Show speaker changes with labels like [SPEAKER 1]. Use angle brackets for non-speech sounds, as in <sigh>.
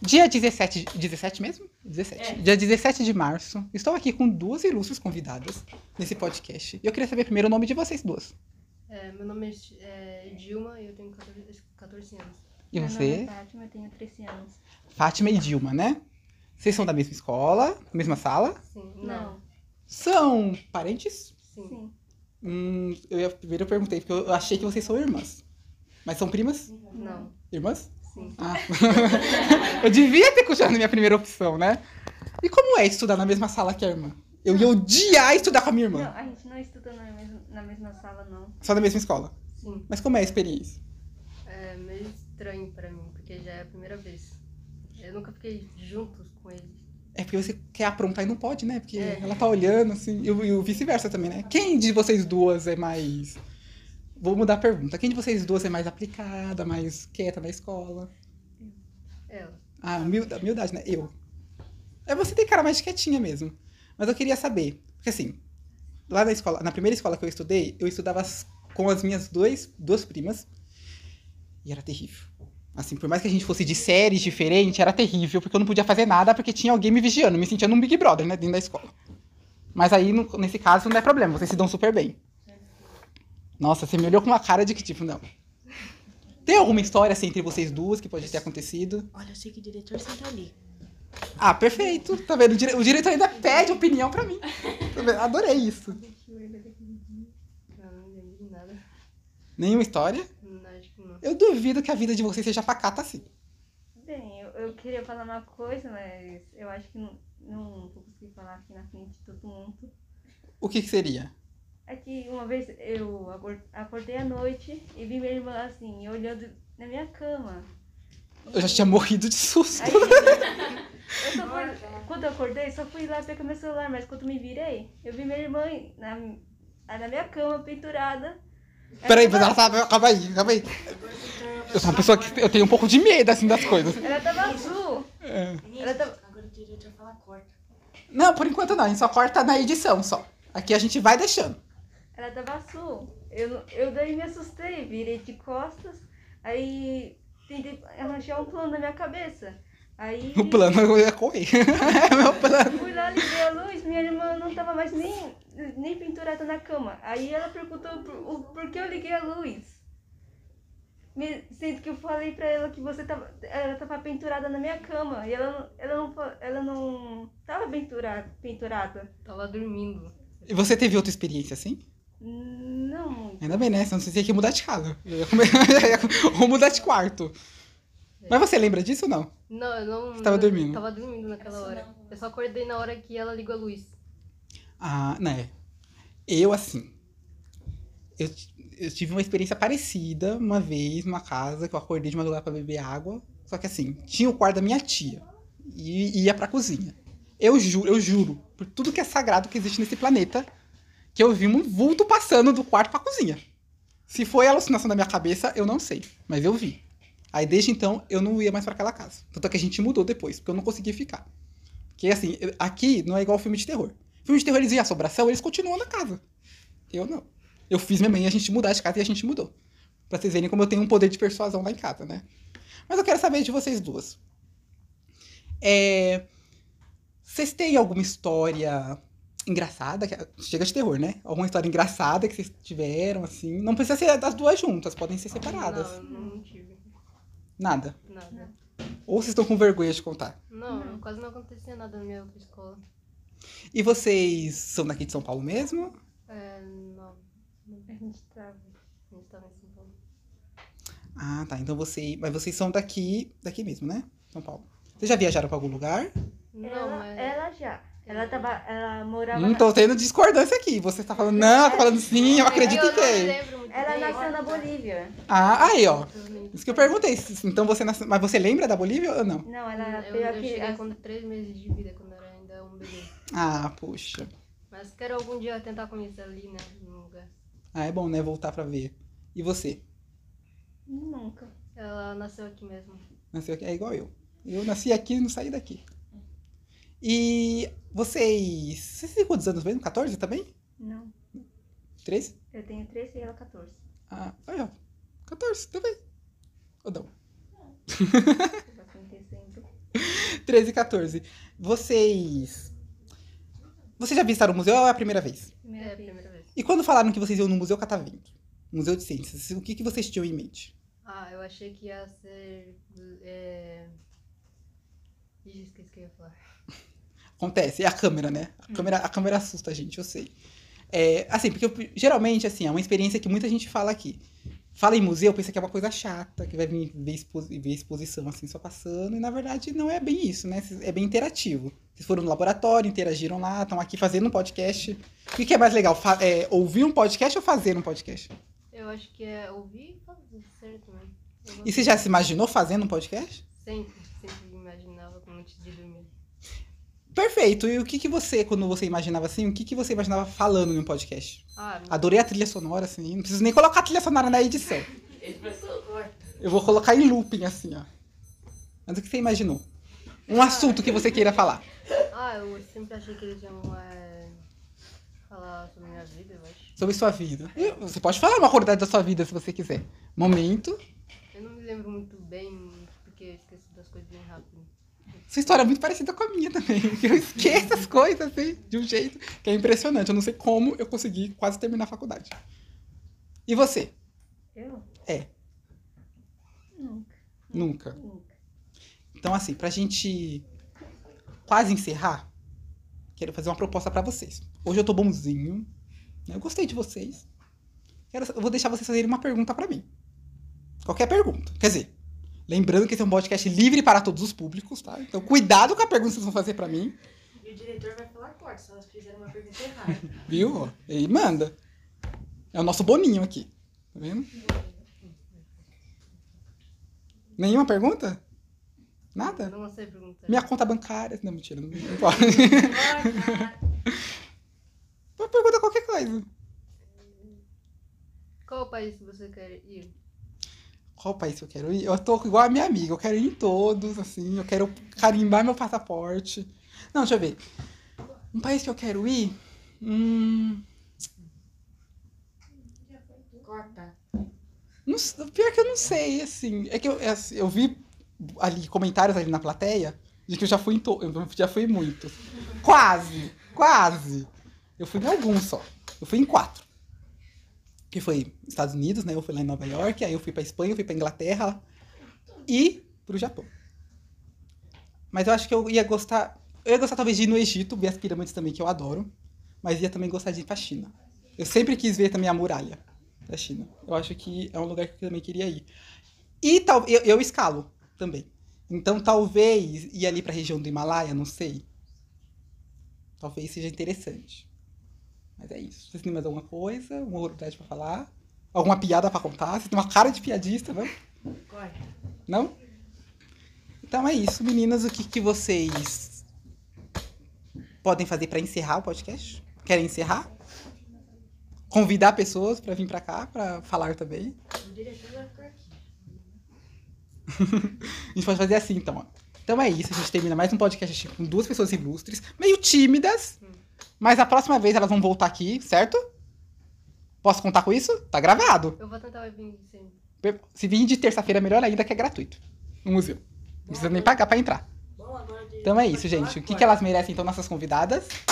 [SPEAKER 1] Dia 17, de- 17 mesmo?
[SPEAKER 2] É.
[SPEAKER 1] 17. Dia 17 de março. Estou aqui com duas ilustres convidadas nesse podcast. E eu queria saber primeiro o nome de vocês duas.
[SPEAKER 3] É, meu nome é é, Dilma e eu tenho 14, 14 anos.
[SPEAKER 1] E
[SPEAKER 2] Meu
[SPEAKER 1] você?
[SPEAKER 2] nome é Fátima, eu tenho 13 anos.
[SPEAKER 1] Fátima e Dilma, né? Vocês são da mesma escola, da mesma sala?
[SPEAKER 3] Sim.
[SPEAKER 2] Não,
[SPEAKER 1] São parentes?
[SPEAKER 3] Sim.
[SPEAKER 2] sim.
[SPEAKER 1] Hum, eu ia, primeiro eu perguntei, porque eu achei que vocês são irmãs. Mas são primas?
[SPEAKER 3] Não.
[SPEAKER 1] Irmãs?
[SPEAKER 3] Sim.
[SPEAKER 1] Ah. <laughs> eu devia ter continuado na minha primeira opção, né? E como é estudar na mesma sala que a irmã? Eu ia odiar estudar com a minha irmã,
[SPEAKER 2] Não, a gente não estuda na mesma, na mesma sala, não.
[SPEAKER 1] só na mesma escola.
[SPEAKER 3] Sim.
[SPEAKER 1] Mas como é a experiência?
[SPEAKER 3] É meio estranho pra mim, porque já é a primeira vez. Eu nunca fiquei juntos com eles.
[SPEAKER 1] É porque você quer aprontar e não pode, né? Porque
[SPEAKER 3] É.
[SPEAKER 1] ela tá olhando, assim, e o, e o vice-versa também, né? Quem de vocês duas é mais. Vou mudar a pergunta. Quem de vocês duas é mais aplicada, mais quieta na escola?
[SPEAKER 3] É, Ela.
[SPEAKER 1] Ah, humilda- humildade, né? Eu. É você tem cara mais quietinha mesmo. Mas eu queria saber, porque assim, lá na escola, na primeira escola que eu estudei, eu estudava as- com as minhas dois, duas primas. E era terrível. Assim, por mais que a gente fosse de séries diferentes, era terrível, porque eu não podia fazer nada porque tinha alguém me vigiando, me sentia num Big Brother, né, dentro da escola. Mas aí, no- nesse caso, não é problema, vocês se dão super bem. Nossa, você me olhou com uma cara de que tipo, não. Tem alguma história assim entre vocês duas que pode ter acontecido?
[SPEAKER 4] Olha, eu sei que o diretor senta ali.
[SPEAKER 1] Ah, perfeito. Tá vendo? O dire- O direito ainda pede opinião pra mim. Tá vendo? Adorei isso.
[SPEAKER 3] Eu não lembro de nada.
[SPEAKER 1] Nenhuma história?
[SPEAKER 3] Não, acho que não.
[SPEAKER 1] Eu duvido que a vida de vocês seja pacata assim.
[SPEAKER 2] Bem, eu, eu queria falar uma coisa, mas eu acho que não, não vou conseguir falar aqui na frente de todo mundo.
[SPEAKER 1] O que, que seria?
[SPEAKER 2] É que uma vez eu acor- acordei à noite e vi minha irmã assim, olhando na minha cama.
[SPEAKER 1] Eu já tinha morrido de susto. <laughs>
[SPEAKER 2] Aí, eu só fui- quando eu acordei, só fui lá pegar meu celular, mas quando me virei, eu vi minha irmã na, na minha cama, pendurada.
[SPEAKER 1] Peraí, mas ela tava. Calma aí, calma aí. Eu sou uma pessoa que eu tenho um pouco de medo assim das coisas.
[SPEAKER 2] Ela tava azul.
[SPEAKER 1] É.
[SPEAKER 2] Ela tá-
[SPEAKER 4] Agora o diretor fala corta.
[SPEAKER 1] Não, por enquanto não. A gente só corta na edição só. Aqui a gente vai deixando.
[SPEAKER 2] Ela tava azul. Eu, eu daí me assustei, virei de costas. Aí tentei arranjar um plano na minha cabeça. Aí
[SPEAKER 1] O Um plano eu ia correr. <laughs> É meu plano.
[SPEAKER 2] fui lá, liguei a luz, minha irmã não tava mais nem, nem pendurada na cama. Aí ela perguntou por, o porquê eu liguei a luz. Me- sendo que eu falei pra ela que você tava. Ela tava pendurada na minha cama. E ela, não- ela, não, fa- ela não tava pendurada. pendurada.
[SPEAKER 3] Tava dormindo.
[SPEAKER 1] E você teve outra experiência assim?
[SPEAKER 2] Não muito.
[SPEAKER 1] Ainda bem, né? Senão você tinha que mudar de casa. <laughs> Eu ia come- Ou mudar de quarto. Mas você lembra disso ou não?
[SPEAKER 3] Não, eu não.
[SPEAKER 1] Você tava
[SPEAKER 3] não-
[SPEAKER 1] dormindo?
[SPEAKER 3] Tava dormindo naquela
[SPEAKER 4] Essa
[SPEAKER 3] hora.
[SPEAKER 4] não.
[SPEAKER 3] Eu só acordei na hora que ela ligou a luz.
[SPEAKER 1] Ah, né. Eu, assim. Eu, ti- eu tive uma experiência parecida uma vez numa casa que eu acordei de madrugada pra beber água. Só que, assim, tinha o quarto da minha tia e ia pra cozinha. Eu juro, eu juro, por tudo que é sagrado que existe nesse planeta, que eu vi um vulto passando do quarto pra cozinha. Se foi alucinação da minha cabeça, eu não sei, mas eu vi. Aí desde então eu não ia mais pra aquela casa. Tanto é que a gente mudou depois, porque eu não consegui ficar. Porque assim, eu- aqui não é igual filme de terror. Filme de terror eles iam assombração, eles continuam na casa. Eu não. Eu fiz minha mãe a gente mudar de casa e a gente mudou. Pra vocês verem como eu tenho um poder de persuasão lá em casa, né? Mas eu quero saber de vocês duas. É, Vocês têm alguma história engraçada? que- Chega de terror, né? Alguma história engraçada que vocês tiveram, assim? Não precisa ser das duas juntas, podem ser separadas.
[SPEAKER 3] Não, eu não tive
[SPEAKER 1] Nada.
[SPEAKER 3] nada.
[SPEAKER 1] Ou vocês estão com vergonha de contar.
[SPEAKER 3] Não,
[SPEAKER 2] Não.
[SPEAKER 3] quase não acontecia nada na minha outra escola.
[SPEAKER 1] E vocês são daqui de São Paulo mesmo?
[SPEAKER 3] É, não. é
[SPEAKER 2] A gente tava.
[SPEAKER 3] A gente tava em São Paulo.
[SPEAKER 1] Ah, tá. Então você. Mas vocês são daqui. Daqui mesmo, né? São Paulo. Vocês já viajaram pra algum lugar?
[SPEAKER 3] Não,
[SPEAKER 2] ela,
[SPEAKER 3] mas.
[SPEAKER 2] ela já. Ela tava. Ela morava.
[SPEAKER 1] Não
[SPEAKER 2] na-
[SPEAKER 1] tô tendo discordância aqui. Você tá falando, não, tá falando sim, eu acredito
[SPEAKER 3] eu
[SPEAKER 1] que
[SPEAKER 3] não me
[SPEAKER 1] tem.
[SPEAKER 3] lembro muito
[SPEAKER 2] Ela
[SPEAKER 3] bem.
[SPEAKER 2] nasceu na Bolívia.
[SPEAKER 1] Ah, aí, ó.
[SPEAKER 3] Provavelmente.
[SPEAKER 1] Isso que eu perguntei. se- Então você nasceu. Mas você lembra da Bolívia ou não?
[SPEAKER 2] Não, ela
[SPEAKER 3] Hum, eu,
[SPEAKER 2] veio
[SPEAKER 3] eu
[SPEAKER 2] aqui.
[SPEAKER 3] cheguei
[SPEAKER 2] ela-
[SPEAKER 3] com três meses de vida, quando era ainda um bebê.
[SPEAKER 1] Ah, puxa.
[SPEAKER 3] Mas quero algum dia tentar conhecer ali, né? No lugar.
[SPEAKER 1] Ah, é bom, né? Voltar pra ver. E você?
[SPEAKER 2] Nunca.
[SPEAKER 3] Ela nasceu aqui mesmo.
[SPEAKER 1] Nasceu aqui. É igual eu. Eu nasci aqui e não saí daqui. E vocês. Vocês têm quantos anos mesmo? 14 também?
[SPEAKER 2] Não.
[SPEAKER 1] 13?
[SPEAKER 2] Eu tenho 13 e ela 14.
[SPEAKER 1] Ah, aí, ó. 14 também. Ou não?
[SPEAKER 2] Eu faço em dezembro.
[SPEAKER 1] 13 e 14. Vocês. Vocês já visitaram o museu ou é a primeira vez?
[SPEAKER 2] Primeira
[SPEAKER 3] É a
[SPEAKER 2] vez.
[SPEAKER 3] primeira vez.
[SPEAKER 1] E quando falaram que vocês iam no Museu Catavento? Museu de Ciências, o que, que vocês tinham em mente?
[SPEAKER 3] Ah, eu achei que ia ser. É... Ih, esqueci o que eu ia falar.
[SPEAKER 1] Acontece, é a câmera, né? A câmera, a câmera assusta a gente, eu sei. É, assim, porque eu- geralmente, assim, é uma experiência que muita gente fala aqui. Fala em museu, pensa que é uma coisa chata, que vai vir ver, expo- ver exposição assim só passando, e na verdade não é bem isso, né? É bem interativo. Vocês foram no laboratório, interagiram lá, estão aqui fazendo um podcast. O que que é mais legal, fa- é, ouvir um podcast ou fazer um podcast?
[SPEAKER 3] Eu acho que é ouvir e fazer certo também. Eu
[SPEAKER 1] E
[SPEAKER 3] gosto.
[SPEAKER 1] você já se imaginou fazendo um podcast?
[SPEAKER 3] Sempre, sempre imaginava como antes de dormir.
[SPEAKER 1] Perfeito. E o que, que você, quando você imaginava assim, o que, que você imaginava falando em um podcast?
[SPEAKER 3] Ah,
[SPEAKER 1] Adorei a trilha sonora, assim. Não preciso nem colocar a trilha sonora na edição.
[SPEAKER 4] Expressou corta.
[SPEAKER 1] Eu vou colocar em looping, assim, ó. Mas o que você imaginou? Um assunto que você queira falar.
[SPEAKER 3] ah, eu sempre achei que eles iam é, falar sobre minha vida, eu acho.
[SPEAKER 1] Sobre sua vida. E Você pode falar uma qualidade da sua vida se você quiser. Momento.
[SPEAKER 3] Eu não me lembro muito bem, porque eu esqueço das coisas bem rápido.
[SPEAKER 1] Sua história é muito parecida com a minha também. <laughs> porque Eu esqueço as coisas, assim, de um jeito que é impressionante. Eu não sei como eu consegui quase terminar a faculdade. E você?
[SPEAKER 2] Eu?
[SPEAKER 1] É.
[SPEAKER 2] Nunca,
[SPEAKER 1] Nunca.
[SPEAKER 2] nunca.
[SPEAKER 1] Então, assim, pra gente quase encerrar, quero fazer uma proposta pra vocês. Hoje eu tô bonzinho, né? eu gostei de vocês. Quero- eu vou deixar vocês fazerem uma pergunta pra mim. Qualquer pergunta. Quer dizer, lembrando que esse é um podcast livre para todos os públicos, tá? Então, cuidado com a pergunta que vocês vão fazer pra mim,
[SPEAKER 4] E o diretor vai falar corta, se elas fizeram uma pergunta errada.
[SPEAKER 1] viu? E manda. É o nosso boninho aqui. Tá vendo? Nenhuma pergunta? Nada?
[SPEAKER 3] Não sei perguntar.
[SPEAKER 1] Minha conta bancária. Não, mentira, não, não pode. <laughs> Pode
[SPEAKER 4] Corta.
[SPEAKER 1] perguntar qualquer coisa.
[SPEAKER 3] Qual país você quer ir?
[SPEAKER 1] Qual país que eu quero ir? Eu tô igual a minha amiga, eu quero ir em todos, assim, eu quero carimbar meu passaporte. Não, deixa eu ver. Um país que eu quero ir. Hum.
[SPEAKER 4] Corta.
[SPEAKER 1] Não, s- pior que eu não sei, assim. É que eu, é assim, eu vi ali comentários ali na plateia de que eu já fui em to... eu já fui em muitos. Quase! Quase! Eu fui em alguns só. Eu fui em quatro. Que foi Estados Unidos, né? Eu fui lá em Nova York, aí eu fui pra Espanha, eu fui pra Inglaterra e pro Japão. Mas eu acho que eu ia gostar. Eu ia gostar talvez de ir no Egito, ver as pirâmides também, que eu adoro. Mas ia também gostar de ir pra China. Eu sempre quis ver também a muralha da China. Eu acho que é um lugar que eu também queria ir. E tal, eu, eu escalo também. Então talvez ir ali para a região do Himalaia, não sei. Talvez seja interessante. Mas é isso. Vocês têm mais alguma coisa? Uma oportunidade para falar? Alguma piada para contar? Vocês têm uma cara de piadista, não?
[SPEAKER 4] Corta.
[SPEAKER 1] Não? Então é isso, meninas. O que, que vocês podem fazer para encerrar o podcast? Querem encerrar? Convidar pessoas para vir para cá para falar também?
[SPEAKER 4] O diretor vai ficar aqui.
[SPEAKER 1] A gente pode fazer assim, então. ó. Então é isso, a gente termina mais um podcast com duas pessoas ilustres, meio tímidas, mas a próxima vez elas vão voltar aqui, certo? Posso contar com isso? Tá gravado.
[SPEAKER 3] Eu vou tentar vir sempre.
[SPEAKER 1] Se vir de terça-feira, melhor ainda, que é gratuito. No museu. Não precisa nem pagar pra entrar.
[SPEAKER 4] Bom, agora o diretor
[SPEAKER 1] Então é
[SPEAKER 4] vai
[SPEAKER 1] isso,
[SPEAKER 4] falar
[SPEAKER 1] gente. O que, que
[SPEAKER 4] corta.
[SPEAKER 1] elas merecem, então, nossas convidadas?